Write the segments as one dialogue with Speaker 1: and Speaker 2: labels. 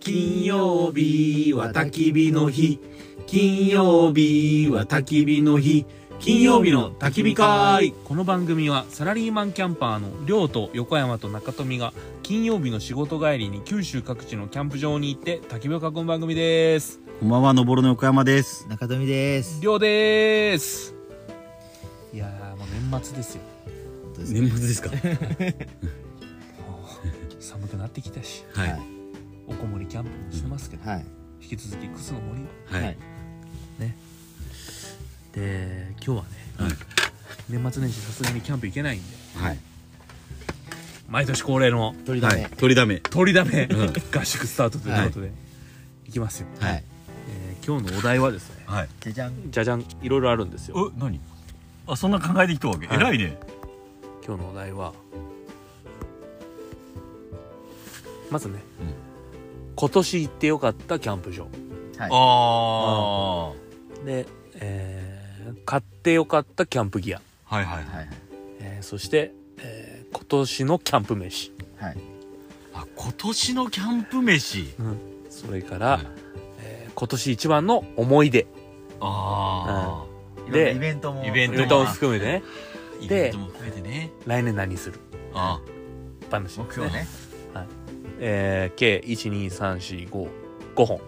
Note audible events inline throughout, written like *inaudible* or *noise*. Speaker 1: 金曜日は焚き火の日金曜日は焚き火の日金曜日の焚き火会
Speaker 2: この番組はサラリーマンキャンパーの亮と横山と中富が金曜日の仕事帰りに九州各地のキャンプ場に行って焚き火を囲む番組です
Speaker 3: こんばんは、のぼるの横山です。
Speaker 4: 中富です。
Speaker 2: 亮でーすいやーもう年末ですよ
Speaker 3: 年末です
Speaker 2: *laughs*
Speaker 3: か。
Speaker 2: もう寒くなってきたし
Speaker 3: はい。
Speaker 2: おこもりキャンプもしてますけど、
Speaker 4: はい。
Speaker 2: 引き続きクスの森
Speaker 3: はい。
Speaker 4: はい
Speaker 2: で今日はね
Speaker 3: はい。
Speaker 2: 年末年始さすがにキャンプ行けないんで
Speaker 3: はい。
Speaker 2: 毎年恒例の
Speaker 4: 取り
Speaker 3: は
Speaker 4: だ
Speaker 3: い
Speaker 4: め。。
Speaker 3: 取りだめ。
Speaker 2: 取りだめ、
Speaker 3: うん
Speaker 2: 合宿スタートということで、行きますよ、
Speaker 3: はい。
Speaker 2: えー今日のお題はですね
Speaker 5: はい。
Speaker 4: じゃじゃん。
Speaker 2: じゃじゃんいろいろあるんですよ
Speaker 5: え、何？あ、そんな考えてきたわけ。
Speaker 2: はい
Speaker 5: 偉いね。
Speaker 2: 今日のお題はまずね、
Speaker 5: うん
Speaker 2: 今年行ってよかったキャンプ場
Speaker 4: はい。
Speaker 5: あ
Speaker 2: で、えー買ってよかったキャンプギア、
Speaker 5: あ。はいはい。
Speaker 4: はい。
Speaker 2: えーそして、えー今年のキャンプ飯、
Speaker 4: はい。
Speaker 5: あ、今年のキャンプ飯。
Speaker 2: それから、
Speaker 5: はい
Speaker 2: えー今年一番の思い出
Speaker 5: あ
Speaker 4: いろんなイベントも。
Speaker 5: イベン
Speaker 2: イ
Speaker 5: ト
Speaker 2: ベントを含めてね
Speaker 5: あ。
Speaker 2: ん
Speaker 5: イベントも含めてね。
Speaker 2: 来年何する
Speaker 5: あ
Speaker 2: 話
Speaker 4: 目標ね。
Speaker 2: えー、計12345本
Speaker 4: 5本ね。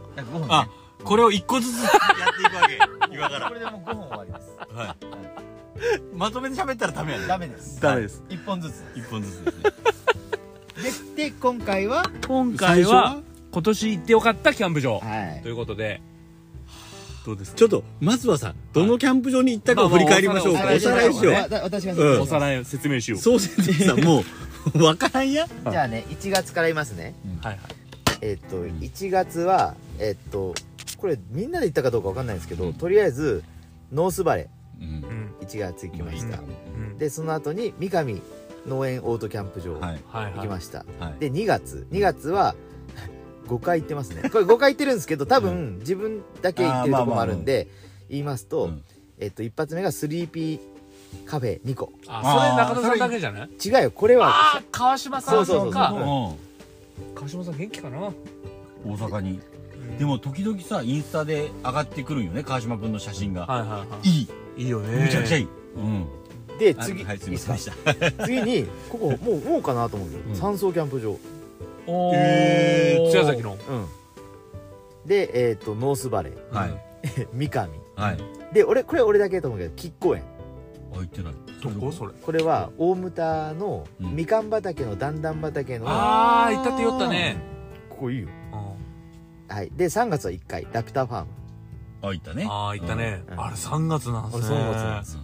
Speaker 5: ああ。これを一個ずつやっていくわけ。 *laughs* 今か
Speaker 4: これでもう5本終わりです。
Speaker 5: ら。はい。まとめて喋ったらダメや
Speaker 4: ダ
Speaker 5: ね。
Speaker 4: メです。
Speaker 2: ダメです
Speaker 4: 1本ず
Speaker 5: 一本ずつですね。
Speaker 4: つ。で、で今回は
Speaker 2: 今回は今年行ってよかったキャンプ場
Speaker 4: はい
Speaker 2: とい。うことでどうですか
Speaker 3: ちょっと、まずはさ、どのキャンプ場に行ったかを振り返りましょう
Speaker 2: まあ
Speaker 3: か。
Speaker 2: まあ
Speaker 3: おさらいしよ
Speaker 4: わ
Speaker 3: う。
Speaker 4: た私が
Speaker 3: うん
Speaker 2: おさらいを説明しよう
Speaker 3: そうせんとさ、もう、 *laughs* わからんや。
Speaker 4: じゃあね、1月から言いますね。
Speaker 2: はいはい
Speaker 4: えっと、1月は、えっと、これみんなで行ったかどうかわかんないんですけど、とりあえず、ノースバレ
Speaker 5: うん
Speaker 2: う。ん
Speaker 4: ー1月行きました。
Speaker 2: うん
Speaker 4: で、その後に三上農園オートキャンプ場
Speaker 5: は
Speaker 4: 行
Speaker 5: い
Speaker 2: はいは
Speaker 4: き
Speaker 2: い
Speaker 4: ました。
Speaker 5: はい。
Speaker 4: で2月2月は *laughs* 5回行ってますねこれ5回行ってるんですけど多分自分だけ行ってるとこもあるんで言いますと、
Speaker 5: うん
Speaker 4: えっと一発目がスリーピーカフェ2個
Speaker 2: あそれ中
Speaker 5: あー
Speaker 2: 野さんだけじゃない
Speaker 4: 違うよこれは
Speaker 2: あー川島さん
Speaker 4: そうそうそう
Speaker 2: か
Speaker 4: うん
Speaker 5: う。
Speaker 2: 川島さん元気かなん
Speaker 5: 大阪に。
Speaker 2: で
Speaker 5: でも時々さ、インスタで上がってくるんよね。川島くんの写真が。
Speaker 2: はいはいはい
Speaker 5: い。
Speaker 2: いいよね
Speaker 5: めちゃくちゃいい。うん。
Speaker 4: で
Speaker 5: あ
Speaker 4: 次、
Speaker 5: はい、すみません
Speaker 4: い
Speaker 5: でした。
Speaker 4: いっすか次にここもうもうかなと思うんですよ、
Speaker 5: うん
Speaker 4: 山荘キャンプ場
Speaker 2: おえー、津屋崎の
Speaker 4: うんでえっ、とノースバレー *laughs*
Speaker 5: はい。
Speaker 4: 三上
Speaker 5: はい。
Speaker 4: で俺これ俺だけだと思うけど吉公園
Speaker 5: あ、行ってない。
Speaker 2: どこそれ
Speaker 4: これは大牟田の
Speaker 5: うん
Speaker 4: みかん畑の段々畑のこ
Speaker 2: あー行ったって言ったね
Speaker 4: こいいよ
Speaker 2: うん
Speaker 4: はいで3月は1回ラピュタファーム
Speaker 5: あ、行ったね。
Speaker 2: ああ行ったね
Speaker 4: うん
Speaker 2: あれ3月なんですね
Speaker 4: あれ3月なんです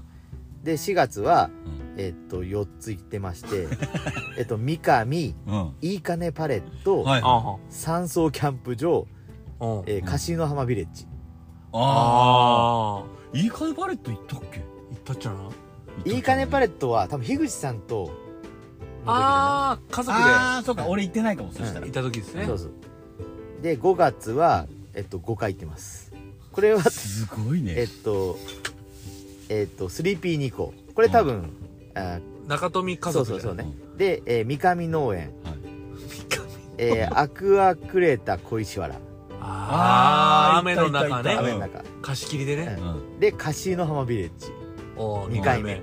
Speaker 4: で4月は、
Speaker 5: うん
Speaker 4: えっと4つ行ってまして *laughs* えっと三上
Speaker 5: うん。
Speaker 4: いいかねパレット、
Speaker 5: はい。
Speaker 2: あ
Speaker 5: あ
Speaker 2: ー
Speaker 4: 山荘キャンプ場、
Speaker 2: うん
Speaker 4: えー、カシノ浜ビレッジ、
Speaker 5: あ
Speaker 2: ああ
Speaker 5: ー。いい金パレット行ったっけ
Speaker 2: 行ったっちゃない
Speaker 4: いいかねパ
Speaker 5: レット
Speaker 4: レットは多分樋口さんとの時じゃ
Speaker 2: ああ家族
Speaker 5: ああ、そうか。俺行ってないかも、そしたら
Speaker 2: で行っ。た時です
Speaker 4: な
Speaker 2: ね
Speaker 4: いそうそうで5月は、えっと、5回行ってますこれは
Speaker 5: すごい
Speaker 4: え
Speaker 5: ね
Speaker 4: っ。とえっと 3P2 個これ多分、あ
Speaker 2: 中富家
Speaker 4: そう
Speaker 2: 族
Speaker 4: そうそうね、
Speaker 5: う
Speaker 4: で、えー三上農園、
Speaker 5: はい
Speaker 4: えーアクアクレータ小石原
Speaker 2: ああ
Speaker 5: あー
Speaker 2: 雨の中
Speaker 5: 行った行った行
Speaker 4: 雨
Speaker 2: ね
Speaker 4: の中、
Speaker 2: 貸し切りでね
Speaker 5: うん。
Speaker 4: で樫の浜ビレッジ
Speaker 2: おー
Speaker 4: 二回目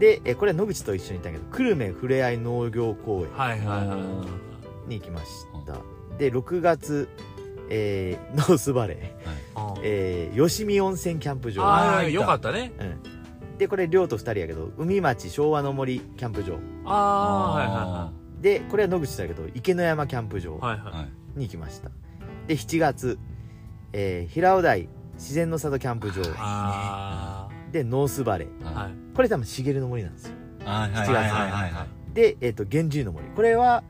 Speaker 4: で、えーこれは野口と一緒に行ったけど久留米ふれあい農業公園
Speaker 2: はいはいは
Speaker 5: うん
Speaker 4: に行きましたで6月、えー *laughs* ノースバレー、
Speaker 2: いはい
Speaker 4: えー吉見温泉キャンプ場、
Speaker 2: ああ
Speaker 5: ー
Speaker 2: よかったね
Speaker 4: うん、でこれ亮と2人やけど海町昭和の森キャンプ場
Speaker 2: あ
Speaker 4: でこれは野口だけど池の山キャンプ場
Speaker 2: あはいはいはい
Speaker 5: は
Speaker 2: はい
Speaker 5: い。
Speaker 4: に行きました、で7月、えー平尾台自然の里キャンプ場
Speaker 2: あ
Speaker 4: でノースバレー
Speaker 2: あは
Speaker 5: はいい。
Speaker 4: これ多分茂の森なんですよ
Speaker 5: はい。はい。
Speaker 4: 7月
Speaker 5: はい。はい。
Speaker 4: で、えっと源氏の森これは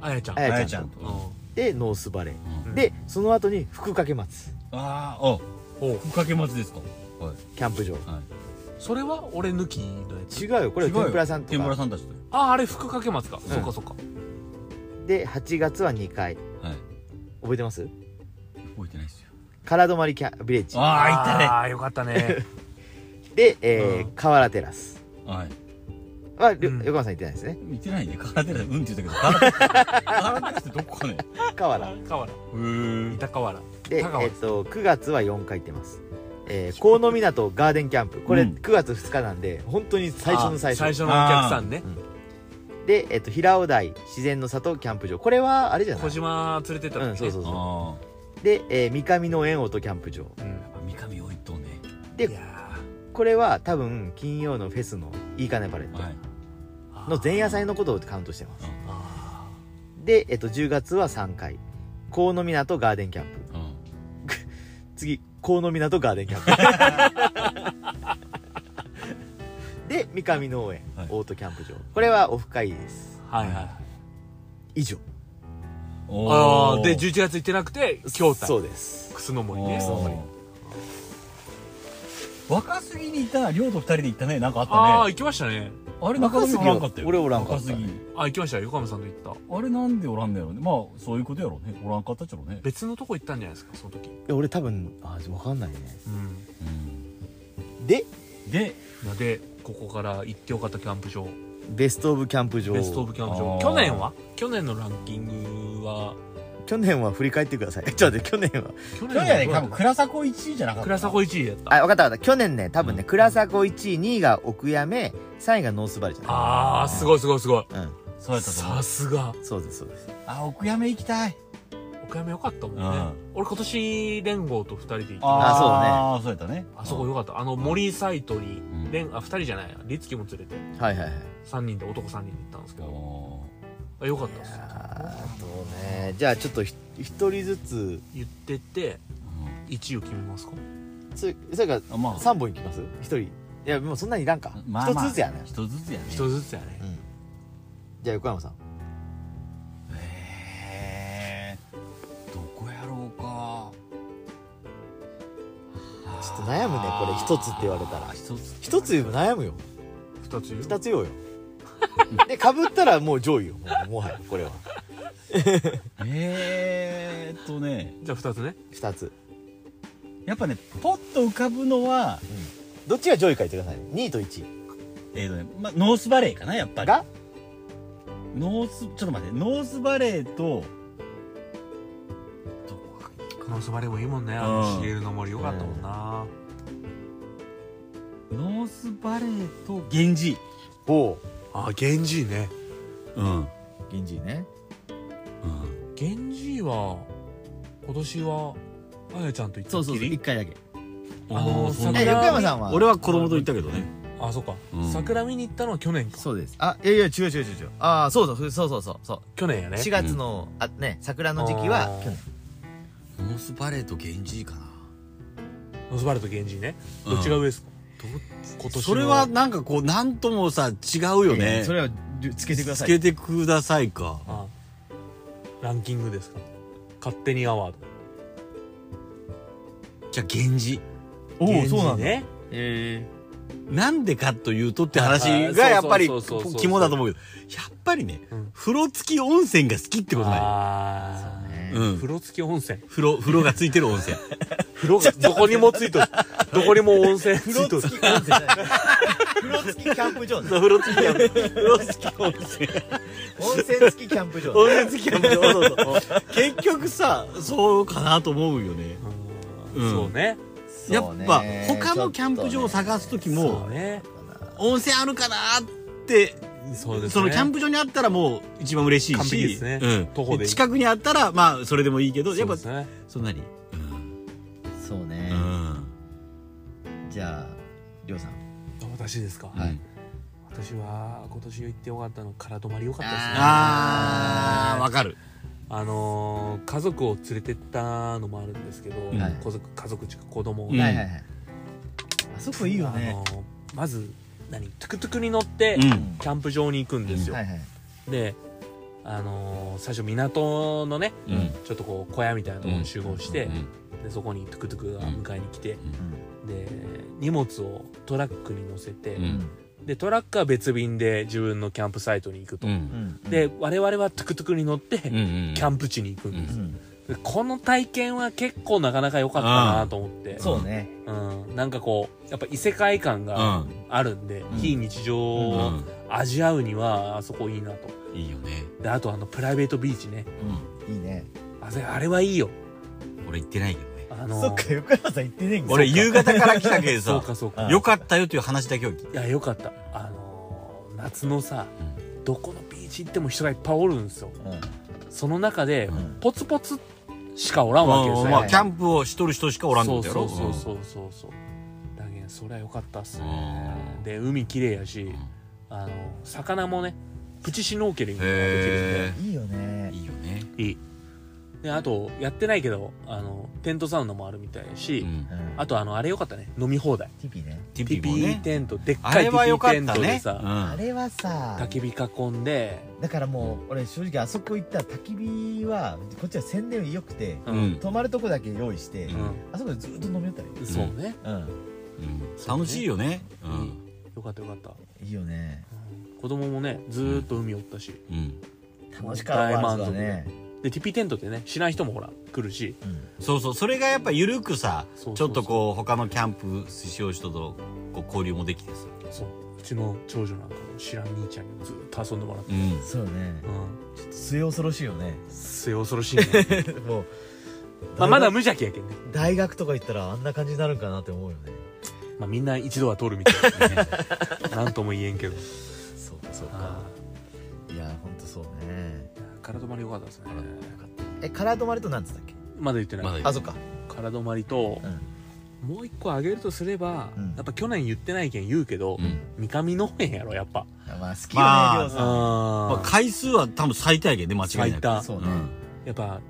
Speaker 2: あやちゃん
Speaker 4: あ
Speaker 2: う
Speaker 4: や
Speaker 5: や
Speaker 4: ち
Speaker 5: ち
Speaker 4: ゃ
Speaker 5: ゃ
Speaker 4: ん
Speaker 5: ん
Speaker 4: と
Speaker 5: と。
Speaker 4: でノースバレー
Speaker 2: ん
Speaker 4: でその後に福掛松
Speaker 5: ああ、お、
Speaker 2: おう
Speaker 5: ふかけ松ですかはい。
Speaker 4: キャンプ場
Speaker 2: それは俺抜きのやつ
Speaker 4: 違うよこれは天ぷらさんと
Speaker 5: 天ぷら
Speaker 4: か
Speaker 5: さんたちと。
Speaker 2: あああれ福掛松かそっかそっか
Speaker 4: で8月は2回
Speaker 5: はい。
Speaker 4: 覚えてます
Speaker 5: 覚えてないですよ。
Speaker 4: 空泊りキャビレッジ
Speaker 5: ああ、行ったね。
Speaker 2: *laughs* ああよかったね
Speaker 4: で、えー
Speaker 2: うん
Speaker 4: 河原テラス
Speaker 5: はい。
Speaker 4: まあ、りょ
Speaker 2: うん
Speaker 4: 横山さん行ってないですね。
Speaker 6: 見てないね。空手だ。うんって言ったけど、空手。空手ってどこかね。
Speaker 4: 河原。
Speaker 2: 河原
Speaker 6: へー。
Speaker 2: 板河原
Speaker 4: で、え
Speaker 2: 香川
Speaker 4: っと、9月は4回行ってます。えー、河野港ガーデンキャンプ。これ、
Speaker 6: うん
Speaker 4: 9月2日なんで、本当に最初の最初。
Speaker 2: あ最初のお客さんね
Speaker 4: で、えっと、平尾台自然の里キャンプ場。これは、あれじゃない
Speaker 2: 小島連れてった時ね
Speaker 4: うん、そうそうそ
Speaker 6: あ
Speaker 4: う。で、えー、三上の園音キャンプ場。
Speaker 2: うん
Speaker 6: あ。三上置いとうね。
Speaker 4: で
Speaker 2: いや
Speaker 4: これは、多分、金曜のフェスのいいかねパレット
Speaker 6: はい。
Speaker 2: ー
Speaker 4: の前夜祭のことをカウントしてます。
Speaker 2: あ
Speaker 4: で、えっと、10月は3回。河野港ガーデンキャンプ。
Speaker 6: うん。
Speaker 4: 次河野港ガーデンキャンプで三上農園、
Speaker 6: はい
Speaker 4: オートキャンプ場これはオフ会です
Speaker 2: ーはいはい
Speaker 4: 以上
Speaker 6: お
Speaker 2: ああで
Speaker 6: 十
Speaker 2: 11月行ってなくて京
Speaker 4: そ
Speaker 2: 都
Speaker 4: うです
Speaker 2: 楠森ね
Speaker 6: 若杉にいた亮と二人で行ったね。なんかあ
Speaker 2: ああ
Speaker 6: ったね。
Speaker 2: 行きましたね
Speaker 6: あれ中杉おらんかったよ。
Speaker 5: 俺おらんかった
Speaker 6: 若杉。
Speaker 2: あ行きました横山さんと行った
Speaker 6: あれなんでおらんねやろね。まあ、そういうことやろうね。おらんかったっちゃろうね。
Speaker 2: 別のとこ行ったんじゃないですかその時
Speaker 4: いや俺多分あ分かんないね
Speaker 2: うん
Speaker 4: で
Speaker 6: で、
Speaker 2: のでここから行ってよかったキャンプ場
Speaker 4: ベストオブキャンプ場
Speaker 2: ベストオブキャンプ場
Speaker 6: あー
Speaker 2: 去年は去年のランキングは
Speaker 4: 去年は振り返ってください *laughs* ちょっと待って去年は
Speaker 6: 去
Speaker 2: 去
Speaker 6: 年はね、
Speaker 2: ど
Speaker 6: 多
Speaker 2: うだ
Speaker 6: 分、
Speaker 2: った
Speaker 6: 倉迫1位じゃなかった。
Speaker 2: 倉迫1位やった
Speaker 4: あ分かった分かった去年ね多分ね
Speaker 6: うん
Speaker 4: 倉迫1位2位が奥やめ3位がノースバリじゃない
Speaker 2: ああすごいすごいすごい
Speaker 4: うん
Speaker 6: そうやったと思う
Speaker 2: さ。すが
Speaker 4: そうですそうです
Speaker 6: あ、奥山行きたい。
Speaker 2: 岡山よかったもんね、
Speaker 6: うん
Speaker 2: 俺今年連合と2人で行って
Speaker 4: あ
Speaker 2: あ
Speaker 4: そうね
Speaker 6: ああ、そうやったね。
Speaker 2: あそこよかったあの森サイトに
Speaker 6: ん
Speaker 2: 連、あ2人じゃないや律樹も連れて
Speaker 4: はいはいはい
Speaker 2: 3人で男3人で行ったんですけど
Speaker 6: お
Speaker 2: あよかったっす
Speaker 4: あとねじゃあちょっとひ一人ずつ
Speaker 2: 言ってて
Speaker 6: ー
Speaker 2: 1位を決めますか
Speaker 4: それそれから
Speaker 6: うんあまあ、
Speaker 4: 3本いきます1人いやもうそんなにいらんか、一
Speaker 6: まあまあ
Speaker 4: 1つずつやね
Speaker 6: 一つずつやね。
Speaker 2: 1ずつやね
Speaker 4: じゃあ横山さん
Speaker 6: えーどこやろうか。
Speaker 4: ちょっと悩むねこれ1つって言われたら
Speaker 6: 一つ。
Speaker 4: 1つ言えば悩むよ
Speaker 2: 2つ言う
Speaker 4: 2つ言おうよでかぶったらもう上位よもうもはやこれは
Speaker 6: えーっとね、
Speaker 2: じゃあ2つね
Speaker 4: 2つ
Speaker 6: やっぱね、ポッと浮かぶのは、
Speaker 4: どっちが上位か言ってください2位と1位
Speaker 6: えーっとね、まあ、ノースバレーかな、やっぱり。
Speaker 4: が
Speaker 6: ノース、ちょっと待って、ノースバレーと、どこか
Speaker 2: ノースバレーもいいもんねあの
Speaker 6: うん
Speaker 2: 茂の森よかったもんな、
Speaker 6: ノースバレーと源氏。
Speaker 4: おう
Speaker 2: あ源氏ね
Speaker 5: うん。
Speaker 4: 銀次ね
Speaker 5: うん
Speaker 2: 源氏は今年はあやちゃんと行った
Speaker 5: そ
Speaker 2: っ
Speaker 5: う
Speaker 2: き
Speaker 5: そうそう、
Speaker 2: り
Speaker 5: 一回だけ。
Speaker 2: あの
Speaker 6: おーそう
Speaker 2: 桜
Speaker 6: なん
Speaker 4: え
Speaker 6: だ
Speaker 4: 横山さんは
Speaker 5: 俺は子供と行ったけどね。
Speaker 2: あそっか、
Speaker 5: うん
Speaker 2: 桜見に行ったのは去年か
Speaker 4: そうですあいやいや違う違う違う違うああそうだそうそうそうそうそう
Speaker 2: 去年やね
Speaker 4: 4月の、あね桜の時期
Speaker 2: あ
Speaker 4: は
Speaker 2: ー
Speaker 4: 去年
Speaker 5: ノースバレーと源氏かな。
Speaker 2: ノースバレーと源氏ね
Speaker 5: うん
Speaker 2: どっちが上ですか、今年の
Speaker 5: それはなんかこう、なんともさ、違うよ
Speaker 4: いやい
Speaker 5: ね
Speaker 4: や。それはつけてくだ
Speaker 5: つ
Speaker 4: さい
Speaker 5: けてくださいか。
Speaker 2: あランキングですか勝手にアワー
Speaker 5: じゃあ、源氏。
Speaker 2: ド
Speaker 4: おーそうなんだ
Speaker 2: ね
Speaker 4: え
Speaker 5: なんでかというとって話
Speaker 2: はいはい
Speaker 5: がやっぱり
Speaker 2: そうそうそうそう
Speaker 5: 肝だと思うけど、やっぱりね
Speaker 2: うん、
Speaker 5: 風呂付き温泉が好きってことな
Speaker 2: ああ、
Speaker 5: い。うん。
Speaker 2: 風呂付き温泉
Speaker 5: 風呂、風呂がついてる温
Speaker 2: *laughs*
Speaker 5: 泉。
Speaker 2: 風呂がどこにもついとるどこにも温泉つ
Speaker 4: 風
Speaker 2: い
Speaker 4: 呂
Speaker 2: とる
Speaker 4: 付き温泉じゃない風呂付きキャンプ場ね
Speaker 5: そう風呂付きやん。 *laughs* 風呂付き温泉。
Speaker 4: 温泉付きキャンプ場
Speaker 5: 温
Speaker 4: ね
Speaker 5: 泉付きやん。そうそうそう結局さ、そうかなと思うよね。
Speaker 2: うんそうね
Speaker 5: *laughs* やっぱ、他のキャンプ場を
Speaker 4: す
Speaker 5: 探すとき
Speaker 2: そ
Speaker 5: も
Speaker 2: う、ね
Speaker 5: 温泉あるかなって、
Speaker 2: そうですね
Speaker 5: そのキャンプ場にあったらもう一番嬉しいし、
Speaker 2: 完璧ですね
Speaker 5: うん
Speaker 2: 徒歩でいい
Speaker 5: 近くにあったら、まあ、それでもいいけど、やっ
Speaker 2: そう
Speaker 5: ぱ
Speaker 2: で、すね
Speaker 5: そんなに。
Speaker 4: そうね
Speaker 5: うん。うん
Speaker 4: じゃありょうさん
Speaker 2: あ私ですか、
Speaker 4: はい
Speaker 2: 私は今年行ってよかったの空泊まりよかったですね
Speaker 5: あー、わかる。
Speaker 2: あのー家族を連れてったのもあるんですけど、
Speaker 4: はい
Speaker 2: 家族家族っていうか子供を、
Speaker 5: うん
Speaker 4: はいはいはいあそこいいよね
Speaker 2: あのーまず何トゥクトゥクに乗って、
Speaker 5: うん
Speaker 2: キャンプ場に行くんですよ、
Speaker 4: はいはい
Speaker 2: であのー最初港のね
Speaker 5: うん。
Speaker 2: ちょっとこう小屋みたいなところに集合して、
Speaker 5: うん
Speaker 2: でそこにトゥクトゥクが迎えに来て、で荷物をトラックに乗せて、
Speaker 5: うん
Speaker 2: でトラックは別便で自分のキャンプサイトに行くと、
Speaker 5: うん。
Speaker 2: で我々はトゥクトゥクに乗って、
Speaker 5: うんうん
Speaker 2: キャンプ地に行くんで
Speaker 4: う
Speaker 2: す、
Speaker 4: ん
Speaker 2: でこの体験は結構なかなか良かったなと思って
Speaker 4: そうね
Speaker 2: うん、なんかこうやっぱ異世界感
Speaker 5: う
Speaker 2: が
Speaker 5: ん。
Speaker 2: あるんで、
Speaker 4: ん
Speaker 2: 非日常
Speaker 5: うん。
Speaker 2: を味合うにはあそこいいなと
Speaker 5: いいよね
Speaker 2: であとあのプライベートビーチね
Speaker 5: う
Speaker 7: いいね
Speaker 2: あれあれはいいよ
Speaker 5: ん俺行ってないけどね
Speaker 2: あの
Speaker 4: そっか、横山さん行ってねえんか。
Speaker 5: 俺夕方から来たけど
Speaker 2: そう
Speaker 5: さ
Speaker 2: かそうか
Speaker 5: よかったよという話だけを聞い
Speaker 2: いやよかったあのー夏のさ、どこのビーチ行っても人がいっぱいおるんですよ
Speaker 4: うん。
Speaker 2: その中で、
Speaker 5: うん
Speaker 2: ポツポツしかおら
Speaker 5: た
Speaker 2: んわけですよ、
Speaker 5: うんまあキャンプをしとる人しかおらんのだよ
Speaker 2: そうそうそうそうそうそうだけどそりゃよかったっすねで海綺麗やしあの魚もねプチシュノーケリングができ
Speaker 5: へ
Speaker 4: い
Speaker 2: る
Speaker 4: いよね
Speaker 5: え。いいよね
Speaker 2: んでいいであとやってないけどあのテントサウナもあるみたいやし、
Speaker 5: うん
Speaker 4: うん
Speaker 2: あとあのあれよかったね飲み放題
Speaker 4: ティピね。
Speaker 5: ティ
Speaker 2: ピ
Speaker 5: ピ
Speaker 2: ピ
Speaker 5: も
Speaker 2: ー
Speaker 5: ね
Speaker 2: テントでっ
Speaker 5: あ
Speaker 2: かい
Speaker 5: れ
Speaker 2: ピピ
Speaker 5: は良
Speaker 2: ー
Speaker 5: か
Speaker 2: テ
Speaker 5: っ
Speaker 2: ン
Speaker 5: た
Speaker 2: トで
Speaker 5: ね
Speaker 2: さ、
Speaker 4: あれはさ、
Speaker 2: 焚き火囲んで
Speaker 4: だからもう、俺正直あそこ行ったら焚き火は、こっちは宣伝良くて、
Speaker 5: うんうん
Speaker 4: 泊まるとこだけ用意して、
Speaker 5: うん
Speaker 4: あそこでずっと飲みよったらいい。
Speaker 2: うんそうね、
Speaker 4: うん。
Speaker 5: うん楽しいよねう
Speaker 2: い
Speaker 5: ん
Speaker 2: いよかったよかった、
Speaker 4: いいよね。
Speaker 2: うん子供もねずーっと海おったし、
Speaker 5: うん
Speaker 4: 楽しかったわ。そうだね。
Speaker 2: でティピテントってねしない人もほら来るし
Speaker 4: うん。
Speaker 5: そうそうそれがやっぱ緩くさ
Speaker 2: そうそう
Speaker 5: ち
Speaker 2: そ
Speaker 5: ょ
Speaker 2: う
Speaker 5: っとこう他のキャンプしよう人とこう交流もできてさ
Speaker 2: そううちの長女なんかも知らん兄ちゃんにずーっと遊んでもらって
Speaker 5: うん
Speaker 4: そうね。
Speaker 2: うん
Speaker 4: ちょっと末恐ろしいよね。 *laughs*
Speaker 2: 末恐ろし
Speaker 5: *laughs*
Speaker 2: いね
Speaker 4: もう。
Speaker 2: まあまだ無邪気やけんね、
Speaker 4: 大学とか行ったらあんな感じになるんかなって思うよね。
Speaker 2: まあ、みんな一度は通るみたいなねなんとも言えんけど
Speaker 4: そうか、そう
Speaker 2: あ
Speaker 4: か。いや、ほんとそうね。
Speaker 2: ー体止まりよかったですね
Speaker 4: え、カラー泊まるとなんつったっけ
Speaker 2: まだ言ってない、
Speaker 5: まだ言ってない
Speaker 4: あ、そっか。
Speaker 2: 体止まりと、もう一個あげるとすれば、
Speaker 4: うん
Speaker 2: やっぱ去年言ってないけん言うけど、
Speaker 5: うん
Speaker 2: 三上農園やろやっぱ
Speaker 4: まあ、好き
Speaker 5: まあ
Speaker 4: よね、りょうさん。
Speaker 5: まあ
Speaker 2: あ
Speaker 5: 回数は多分最低やけんね間違いな
Speaker 2: 最
Speaker 5: く
Speaker 2: 多
Speaker 4: そうね。
Speaker 2: やっぱ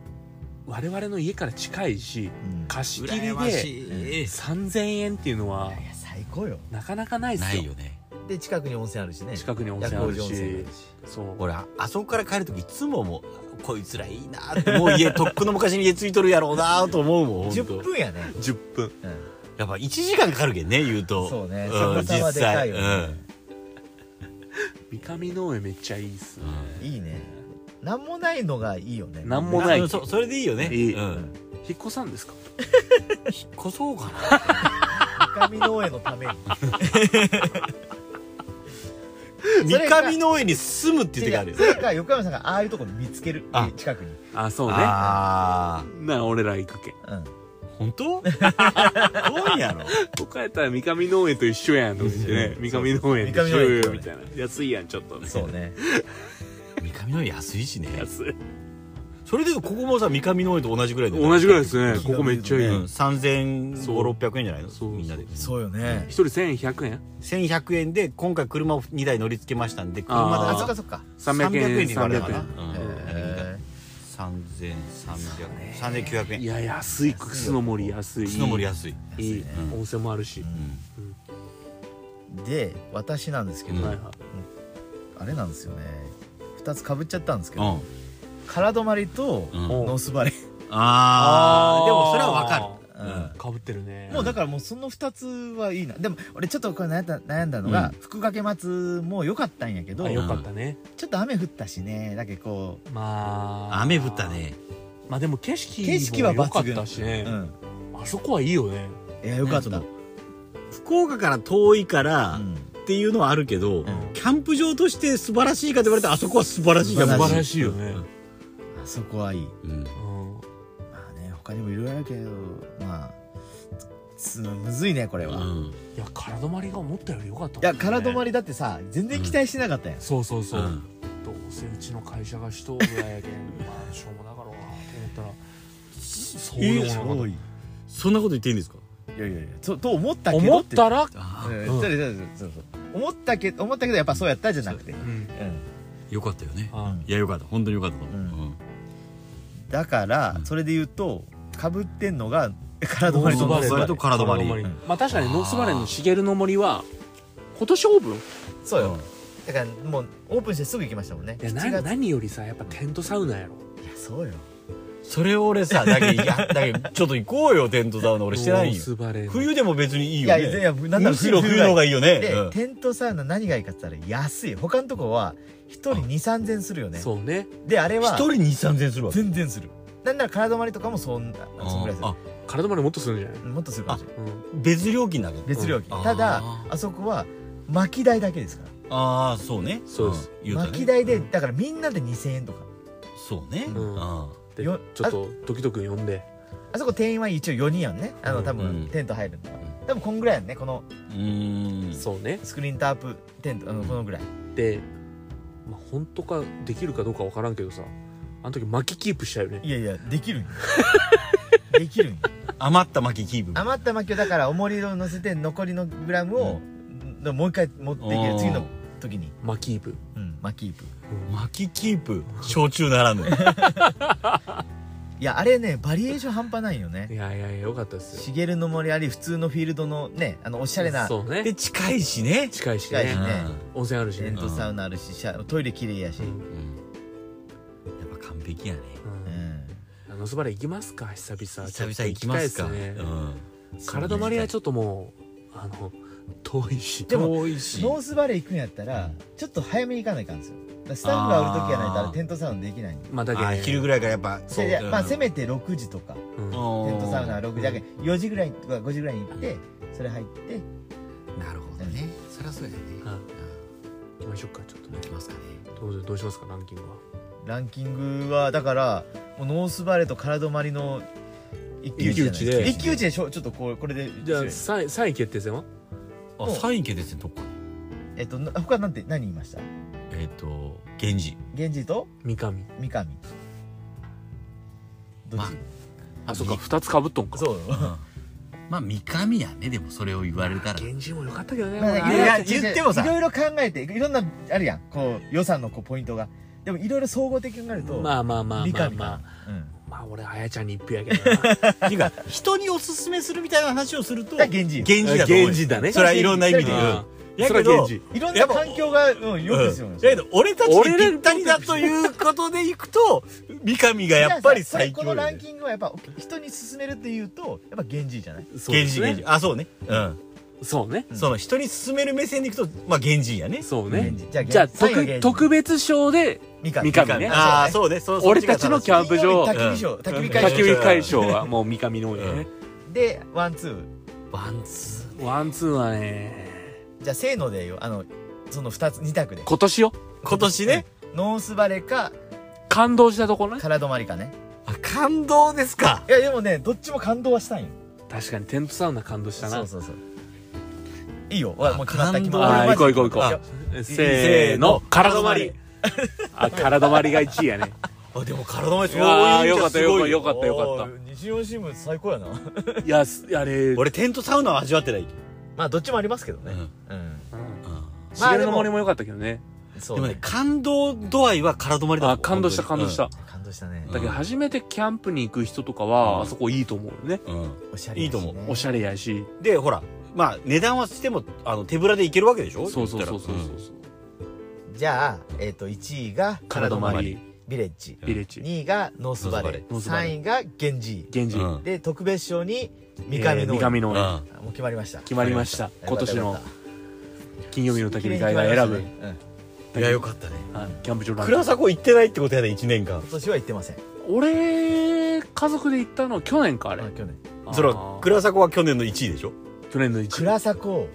Speaker 2: 我々の家から近いし
Speaker 4: うん
Speaker 2: 貸し
Speaker 5: う
Speaker 2: 切りで
Speaker 5: らやましい
Speaker 2: 3000円っていうのはい
Speaker 4: やいや最高よ
Speaker 2: なかなかないっすよ
Speaker 5: ないよね
Speaker 4: で近くに温泉あるしね
Speaker 2: 近くに温泉あ
Speaker 4: 薬王
Speaker 2: る
Speaker 4: 寺温泉あ
Speaker 2: し
Speaker 4: るし
Speaker 2: そう
Speaker 5: 俺ああそこから帰る時いつももうこいつらいいなってもう家とっくの昔に家ついとるやろうなと思うもんほんと
Speaker 4: 10分やね、
Speaker 2: 10分
Speaker 4: うん、
Speaker 5: やっぱ1時間かかるけんね言うと
Speaker 4: そうね
Speaker 5: ん
Speaker 4: 寒さは
Speaker 5: 実
Speaker 4: でか
Speaker 5: 際
Speaker 4: いよね
Speaker 5: うん
Speaker 2: 三上農園めっちゃいいっすね
Speaker 4: いいねなんもないのがいいよね
Speaker 2: なんもない
Speaker 5: うんそそれでいいよね
Speaker 2: いい
Speaker 5: うん
Speaker 2: 引っ越さんですか
Speaker 5: 引っ越そうかな
Speaker 4: 三上農園のために
Speaker 5: *laughs* 三上農園に住むっていう手があるよ
Speaker 4: それか横山さんがああいうとこ見つける
Speaker 5: あ
Speaker 4: 近くに
Speaker 2: あそうね
Speaker 5: あ
Speaker 2: なら俺ら行くけん
Speaker 4: うん
Speaker 5: あ本当怖いやろ
Speaker 2: 僕やったら三上農園と一緒やんとか言ってね三上農園と一緒よみたいな安いやんちょっと
Speaker 4: そうね
Speaker 5: 三上農園安いしね
Speaker 2: 安い
Speaker 5: それでここもさ三上農園と同じぐらいだよね
Speaker 2: 同じぐらいですねここめっちゃいい
Speaker 5: うん
Speaker 2: 一
Speaker 5: 3500円じゃないの
Speaker 2: そう
Speaker 5: みんなで
Speaker 4: そうよね
Speaker 2: 人1100円
Speaker 5: 1100円で今回車を2台乗り付けましたんで車
Speaker 2: あ
Speaker 5: だ
Speaker 4: あ
Speaker 2: ー
Speaker 4: そっかそっか
Speaker 2: 300円
Speaker 5: で言われたかな
Speaker 2: 300
Speaker 5: うん
Speaker 4: へ
Speaker 5: 3300 3900
Speaker 2: 円い
Speaker 5: 円
Speaker 2: や安い楠の森安い
Speaker 5: 石の森安い
Speaker 2: いい温泉もあるし
Speaker 4: ーで私なんですけど、
Speaker 5: うん
Speaker 2: はいは
Speaker 4: あれなんですよね2つかぶっちゃったんですけ
Speaker 5: う
Speaker 4: ど、
Speaker 5: ん
Speaker 4: 空泊まりと
Speaker 5: うん
Speaker 2: お
Speaker 4: ノースバレ
Speaker 5: ああでもそれはわかる
Speaker 4: ー、
Speaker 5: ん
Speaker 4: うん
Speaker 2: かぶってるね
Speaker 4: もうだからもうその2つはいいなでも俺ちょっとこれ悩んだ悩んだのが、福掛松も良かったんやけど
Speaker 2: あ
Speaker 4: ち
Speaker 2: よ
Speaker 4: ょ
Speaker 2: かったね
Speaker 4: っと雨降ったしねだけこ
Speaker 2: まあ
Speaker 5: 雨降ったね
Speaker 2: まあでも景色
Speaker 4: 景色は抜群
Speaker 2: も良かったし
Speaker 4: う、
Speaker 2: ね
Speaker 4: う、ん、
Speaker 2: あそこはいいよね
Speaker 4: いや良かった、
Speaker 5: ね福岡から遠いから
Speaker 4: うん
Speaker 5: っていうのはあるけど、
Speaker 2: ん
Speaker 5: キャンプ場として素晴らしいかと言われたらあそこは素晴らしいかも
Speaker 4: 素
Speaker 2: 素
Speaker 4: 晴
Speaker 2: 晴
Speaker 4: ら
Speaker 2: らしいよね、
Speaker 4: あそこはいい
Speaker 5: うん
Speaker 2: うん
Speaker 4: まあね他にもいろいろあるけどまあつむずいねこれは、い
Speaker 2: いや空止まりが思ったより良かったもんね、
Speaker 4: や空泊まりだってさ全然期待してなかったやん、
Speaker 2: そうそうそう、
Speaker 5: うん
Speaker 2: どうせうちの会社が人ぐらいやけんまあしょうもなかろうなと思ったらそうでもなかった
Speaker 4: 多いい
Speaker 5: そんなこと言っていいんですか
Speaker 4: やいやいやそうと思ったけど
Speaker 2: 思ってたら、
Speaker 5: あ
Speaker 4: うん
Speaker 2: うん
Speaker 4: そうそうそうそう思ったけ思ったけどやっぱそうやったじゃなくて、う
Speaker 2: うんん
Speaker 5: よかったよね
Speaker 2: あ
Speaker 5: いやよかった本当によかったと思う、
Speaker 4: うん
Speaker 5: うん
Speaker 4: だからそれで言うとかぶってんのが *laughs* 空泊まりと
Speaker 2: ノースバレー
Speaker 5: と空止まり
Speaker 2: 空
Speaker 4: うん
Speaker 2: まあ確かにノースバレーの茂の森は今年オープン
Speaker 4: そうよ、だからもうオープンしてすぐ行きましたもんね
Speaker 2: いや
Speaker 4: 7
Speaker 2: な
Speaker 4: 月いや
Speaker 2: 何よりさやっぱテントサウナやろ
Speaker 4: そうよ
Speaker 5: それを俺 *laughs* さだけいやだけちょっと行こうよテントサウナ俺してないん
Speaker 2: ノー
Speaker 5: よ
Speaker 2: スバレーの
Speaker 5: 冬でも別にいい
Speaker 4: い
Speaker 5: よ
Speaker 4: や
Speaker 5: ね
Speaker 4: いやなんなら
Speaker 5: むしろ冬の方がいいよね
Speaker 4: で、
Speaker 5: うん
Speaker 4: テントサウナ何がいいかって言ったら安い他のとこは1人2 3千するよね
Speaker 2: そうね
Speaker 4: であれ
Speaker 5: 一
Speaker 4: は
Speaker 5: 人に3000円するわけ
Speaker 4: 全然するなんなら体泊まりとかもそんなそんぐらいす
Speaker 5: あ
Speaker 2: 体までもっとするんじゃない
Speaker 4: るもっとするかもしれない
Speaker 2: うん
Speaker 5: 別料金だけど
Speaker 4: 別料金、
Speaker 5: うん
Speaker 4: ただ
Speaker 5: あ
Speaker 4: あそこは薪代だけですから
Speaker 5: あああそうね
Speaker 2: そうです
Speaker 5: ん言うた
Speaker 4: 巻き
Speaker 5: ね
Speaker 4: 代でだからみんなで2000円とか
Speaker 5: そうね
Speaker 2: うん
Speaker 5: あ
Speaker 2: でちょ
Speaker 4: よ
Speaker 2: っと時々呼んで
Speaker 4: あそこ定員は一応4人やんねあの多
Speaker 5: う
Speaker 4: 分
Speaker 5: ん
Speaker 4: テント入るのは多分こんぐらいやんねこの
Speaker 5: あうーん
Speaker 2: そうね
Speaker 4: スクリーンタープテントあのこのぐらい
Speaker 2: で、まあ、本当かできるかどうかわからんけどさあの時巻きキープしたよね
Speaker 4: いやいやできるん
Speaker 5: *laughs*
Speaker 4: よできるんよ
Speaker 5: 余った巻きキープ
Speaker 4: 余った薪をだから重りを乗せて残りのグラムを、のもう一回持っていけ
Speaker 5: おー
Speaker 4: る次の時に、
Speaker 2: 巻きキープ
Speaker 4: うん、薪キープ
Speaker 5: 巻きキープ焼酎なら *laughs* ぬ
Speaker 4: いやあれねバリエーション半端ないよね
Speaker 2: いやいやいやよかったですよ
Speaker 4: 茂るの森あり普通のフィールドのねあのおしゃれなテ
Speaker 2: そうね
Speaker 5: で近いしね
Speaker 2: 近いし
Speaker 4: 近いし
Speaker 2: ね
Speaker 4: ね
Speaker 2: 温泉あるしね
Speaker 4: ントサウナあるしシャトイレ綺麗やし、
Speaker 2: う
Speaker 4: うん
Speaker 5: うんうんやっぱ完璧やね
Speaker 4: ん、
Speaker 2: あのそばら行きますか久々
Speaker 5: 久々行きますか
Speaker 2: ちょっと行きたいです
Speaker 5: う
Speaker 2: ね
Speaker 5: ん
Speaker 2: 体まりはちょっともうあの遠いし
Speaker 4: でも
Speaker 2: 遠いし
Speaker 4: ノースバレー行くんやったらちょっと早めに行かないかんですよだからスタッフがおる時やないとあれテントサウナできないんで
Speaker 2: まあだけど
Speaker 5: あ
Speaker 2: ね
Speaker 5: 昼ぐらいからやっぱ
Speaker 4: それで、まあ、せ
Speaker 5: め
Speaker 4: めて6時とか
Speaker 2: う
Speaker 5: テ
Speaker 4: テ
Speaker 2: ん
Speaker 4: ントサウナは6時だけ
Speaker 5: な
Speaker 4: 4時ぐらいとか5時ぐらいに行ってそれ入って
Speaker 5: るほどねそりゃそうやね
Speaker 2: うん
Speaker 5: うん
Speaker 2: 行きましょうかちょっとね
Speaker 5: 行きますかね
Speaker 2: どうどうしますかランキングは
Speaker 4: ランキングはだからもうノースバレーと体まりの一騎打ちじゃないですか一
Speaker 2: 一
Speaker 4: 騎打ちでしょちょっとこうこれで
Speaker 2: じゃあ3位3位決定戦は
Speaker 5: あ
Speaker 4: もう
Speaker 5: サイン家ですねどっかに
Speaker 4: えっとな他なんて何言いました
Speaker 5: えっと源氏
Speaker 4: 源氏と
Speaker 2: 三上
Speaker 4: 三上どっち、
Speaker 2: あそっか2つかぶっとんか
Speaker 4: そう
Speaker 5: まあ三上やねでもそれを言われたら
Speaker 2: 源氏も良かったけど
Speaker 4: *laughs*
Speaker 2: ね
Speaker 4: まあ
Speaker 2: まあ
Speaker 4: いろいろ
Speaker 5: いや言ってもさ
Speaker 4: いろいろ考えていろんなあるやんこう予算のこうポイントがでもいろいろ総合的になると、
Speaker 2: まあまあまあ
Speaker 4: 三
Speaker 2: まあ
Speaker 4: 上
Speaker 2: ま
Speaker 4: か
Speaker 2: あ
Speaker 4: なうん
Speaker 2: まあ俺あやちゃんに一票やけどな
Speaker 5: っていうか人におすすめするみたいな話をすると
Speaker 4: だから源氏よ
Speaker 5: 源氏だと思うよ
Speaker 2: 源氏だね
Speaker 5: それはいろんな意味で言う
Speaker 2: あー
Speaker 5: や
Speaker 2: それ
Speaker 5: け
Speaker 2: は
Speaker 5: ど
Speaker 2: 源氏
Speaker 4: いろんな環境が、うん、よくですよ
Speaker 5: うん
Speaker 4: ね
Speaker 5: だけど俺たちにぴったりだということでいくと三上がやっぱり最強
Speaker 4: この
Speaker 5: よ
Speaker 4: ラ
Speaker 5: ね
Speaker 4: ンキングはやっぱ人に勧めるっていうとやっぱ源氏じゃない
Speaker 2: そうで
Speaker 5: 源
Speaker 2: す
Speaker 5: 氏
Speaker 2: ね
Speaker 5: 源氏あそうねうん
Speaker 2: そうね
Speaker 5: その人に勧める目線でいくとまあ源氏やね
Speaker 2: そうね
Speaker 4: 源氏じゃあ
Speaker 2: じゃあ
Speaker 4: 源氏三位
Speaker 2: 特
Speaker 4: が
Speaker 2: 特別賞で
Speaker 4: 三上
Speaker 2: 三上ね
Speaker 5: ああそうねそう
Speaker 2: 俺たちのキャンプ場
Speaker 4: 金曜日焚き火ショー焚き火会
Speaker 2: 焚
Speaker 4: シ
Speaker 2: き
Speaker 4: ョ
Speaker 2: 火会賞はもう三上の多いね
Speaker 4: ーでワンツー
Speaker 5: バンツ
Speaker 2: ワンツーはね
Speaker 4: じゃあせーのでよあのその二つ二択で
Speaker 2: 今年よ
Speaker 5: 今年ね
Speaker 4: ノースバレか
Speaker 2: 感動したとこね
Speaker 4: 空泊まりかね
Speaker 5: あ感動ですか
Speaker 4: いやでもねどっちも感動はしたんよ
Speaker 2: 確かにテントサウナ感動したな
Speaker 4: そうそうそういいよわもう決まった決まっ
Speaker 2: あ
Speaker 4: た
Speaker 2: あ
Speaker 4: 俺マ
Speaker 2: 行
Speaker 4: ジ
Speaker 2: こう行こう行
Speaker 4: いや
Speaker 2: こうせーの体まりあ体まりが1位やね
Speaker 5: あでも体前す
Speaker 2: いやーよかった
Speaker 5: すごい
Speaker 2: よかったよかった
Speaker 4: おー西日本新聞最高やな *laughs*
Speaker 2: いやすあれ
Speaker 5: 俺テントサウナは味わってない
Speaker 4: まあどっちもありますけど
Speaker 5: う
Speaker 4: ね
Speaker 5: ん
Speaker 4: うん
Speaker 2: 茂の森も良かったけどね
Speaker 4: そ
Speaker 5: でも
Speaker 4: う
Speaker 5: ね
Speaker 4: ね
Speaker 5: 感動度合いは体止まりだ
Speaker 2: あ感動した感動した
Speaker 4: 感動したね
Speaker 2: だけど初めてキャンプに行く人とかはあそこいいと思うよね
Speaker 5: うん
Speaker 4: おしゃれ
Speaker 5: い
Speaker 4: やしね
Speaker 5: いと思
Speaker 2: おしゃれやし
Speaker 5: でほらまあ値段はしてもあの手ぶらでいけるわけでしょ
Speaker 2: そうそうそうそ
Speaker 5: 言った
Speaker 2: う
Speaker 5: ら
Speaker 2: そう
Speaker 4: じゃあえっと一位が
Speaker 2: 体
Speaker 4: 泊
Speaker 2: まり
Speaker 4: ビレッジ
Speaker 2: ビレッジ
Speaker 4: 2位がノースバレー
Speaker 2: ノースバレー
Speaker 4: 3位が源氏
Speaker 2: 源氏
Speaker 5: うん
Speaker 4: で特別賞に三
Speaker 2: え
Speaker 4: 上
Speaker 2: ー
Speaker 4: の、
Speaker 2: 三上
Speaker 5: う
Speaker 2: の
Speaker 5: ん
Speaker 2: ね
Speaker 4: あもう決まりました
Speaker 2: 決まりました今年
Speaker 4: よ
Speaker 2: の
Speaker 4: かったよか
Speaker 2: 金曜日の
Speaker 4: った
Speaker 2: 焚き火会が選ぶ
Speaker 4: 綺麗に決まりましたね
Speaker 5: いやよかったね
Speaker 2: あキャンプ場ランキング
Speaker 5: 倉迫行ってないってことやね1年間
Speaker 4: うん今年は行ってません
Speaker 2: 俺家族で行ったの去年かあれ
Speaker 4: あ去年
Speaker 5: それ
Speaker 2: あ
Speaker 5: は
Speaker 2: ー
Speaker 5: 倉迫は去年の1位でしょ
Speaker 2: 去年の1位
Speaker 4: 倉迫
Speaker 5: うん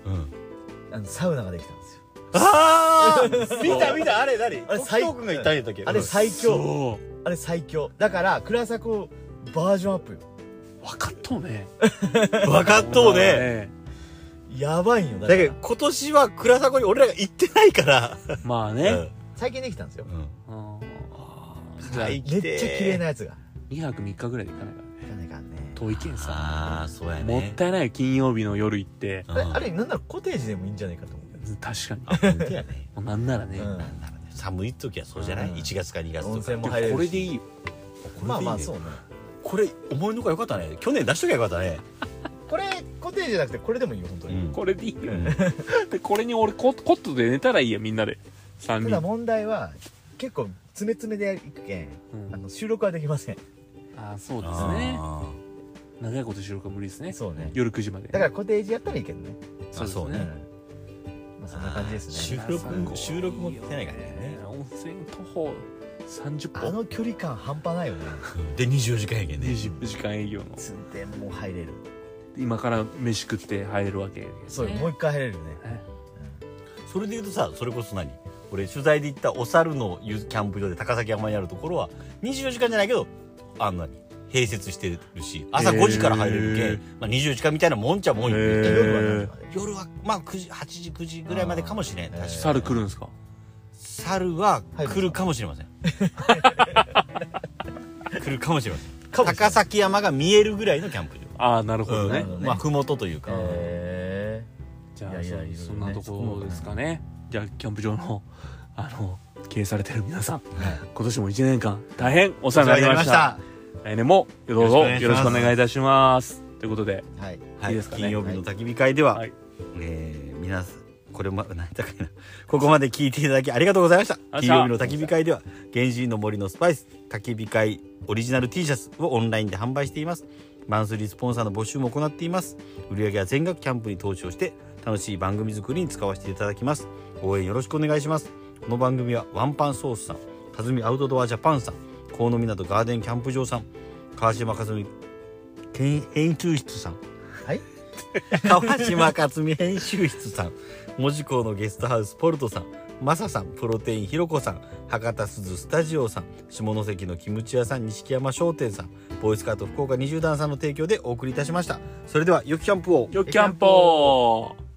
Speaker 4: あのサウナができたんですよ
Speaker 5: ああ見た見たあれ誰
Speaker 4: あれ最
Speaker 5: 時藤君が言ったんやったっけ
Speaker 4: あれ最強
Speaker 2: そ
Speaker 4: あれ最強だから倉迫バージョンアップよ
Speaker 2: う分かっとうね
Speaker 5: 分かっとう
Speaker 4: *laughs*
Speaker 5: ね
Speaker 4: やばいんよ
Speaker 5: だ
Speaker 4: だか
Speaker 5: け
Speaker 4: ら
Speaker 5: ど今年は倉迫に俺らが行ってないから
Speaker 2: まあね、
Speaker 4: 最近できたんですよ
Speaker 5: うん
Speaker 2: うんじゃあ
Speaker 5: 最
Speaker 4: めっちゃ綺麗なやつが
Speaker 2: 2泊3日ぐらいで行かないからね
Speaker 4: いかないかんね
Speaker 2: 遠いけんさ、
Speaker 5: ああそうやね
Speaker 2: もったいないよ金曜日の夜行って
Speaker 4: あれあれなんならコテージでもいいんじゃないかと思うけど
Speaker 2: 確かにも
Speaker 5: あ本当やね
Speaker 2: うなんならね、
Speaker 4: うん
Speaker 5: なんだろうね寒い時はそうじゃない
Speaker 4: うん
Speaker 5: 1月か2月
Speaker 4: 温
Speaker 5: と
Speaker 4: 泉
Speaker 5: か
Speaker 4: も
Speaker 2: で
Speaker 4: 入
Speaker 2: も
Speaker 4: れるし
Speaker 2: これでいいよ
Speaker 4: まあまあそうね
Speaker 5: これ思いのほかよかったね去年出しときゃよかったね
Speaker 4: これコテージじゃなくてこれでもいいよ本当に、
Speaker 2: これでいいよ、でこれに俺ココットで寝たらいいやみんなで3
Speaker 4: た
Speaker 2: 人
Speaker 4: だ問題は結構詰め詰めでいくけん、
Speaker 2: うん
Speaker 4: あの収録はできません
Speaker 2: ああそうですね
Speaker 5: あ
Speaker 2: 長いこと収録は無理ですね
Speaker 4: そうね
Speaker 2: 夜9時まで
Speaker 4: だからコテージやったらいいけどね、
Speaker 5: あそう
Speaker 4: うん
Speaker 5: ね
Speaker 4: まあ、そんな感じです
Speaker 5: 収
Speaker 4: ね
Speaker 5: 録収録も来てないからね
Speaker 2: 温泉徒歩30
Speaker 4: あ
Speaker 2: 分
Speaker 4: の距離感半端ないよね
Speaker 5: で24時間やけんね
Speaker 2: 20時間営業の
Speaker 4: 通天も入れる
Speaker 2: 今から飯食って入るわけ
Speaker 4: そうよもう一回入れるよね
Speaker 5: それで言うとさそれこそ何俺取材で行ったお猿のゆキャンプ場で高崎山にあるところは24時間じゃないけどあんなに併設してるし朝5時から入れるけん、
Speaker 2: へー
Speaker 5: まあ、24時間みたいなもんちゃもんよ
Speaker 2: へー
Speaker 5: 夜は何時まで夜はまあ9時8時9時ぐらいまでかもしれん確か
Speaker 2: 猿来るんですか
Speaker 5: 猿は来るかもしれ
Speaker 2: *laughs*
Speaker 5: ません来るかもしれません高崎山が見えるぐらいのキャンプ場
Speaker 2: ああなるほどね、
Speaker 5: まあ麓というか、
Speaker 7: へ
Speaker 2: じゃあ
Speaker 7: いやいや
Speaker 2: そ
Speaker 7: いろいろね
Speaker 2: そんなところですかねじゃあキャンプ場の *laughs* あの経営されてる皆さん、今年も1年間大変お世話になりました来年もどうぞよろしくお願いいたしますということで
Speaker 7: はい
Speaker 5: はいい
Speaker 2: いですかね
Speaker 5: 金曜日の焚き火会では、
Speaker 2: はい
Speaker 5: えー皆さんこれも何だかいなここまで聞いていただきありがとうございました
Speaker 2: あり
Speaker 5: 金
Speaker 2: が
Speaker 5: 曜
Speaker 2: とう
Speaker 5: 日の
Speaker 2: ございました
Speaker 5: 焚き火会では原始人の森のスパイス焚き火会オリジナル T シャツをオンラインで販売していますマンスリースポンサーの募集も行っています売り上げは全額キャンプに投資をして楽しい番組作りに使わせていただきます応援よろしくお願いしますこの番組はワンパンソースさんかずみアウトドアジャパンさん河野湊ガーデンキャンプ場さん川島かずみ研編集室さん
Speaker 7: はい
Speaker 5: *laughs* 川島克美編集室さん門司港のゲストハウスポルトさんマサさんプロテインひろこさん博多すずスタジオさん下関のキムチ屋さん錦山商店さんボーイスカート福岡二十段さんの提供でお送りいたしましたそれではよきキャンプを
Speaker 2: よっキャンポー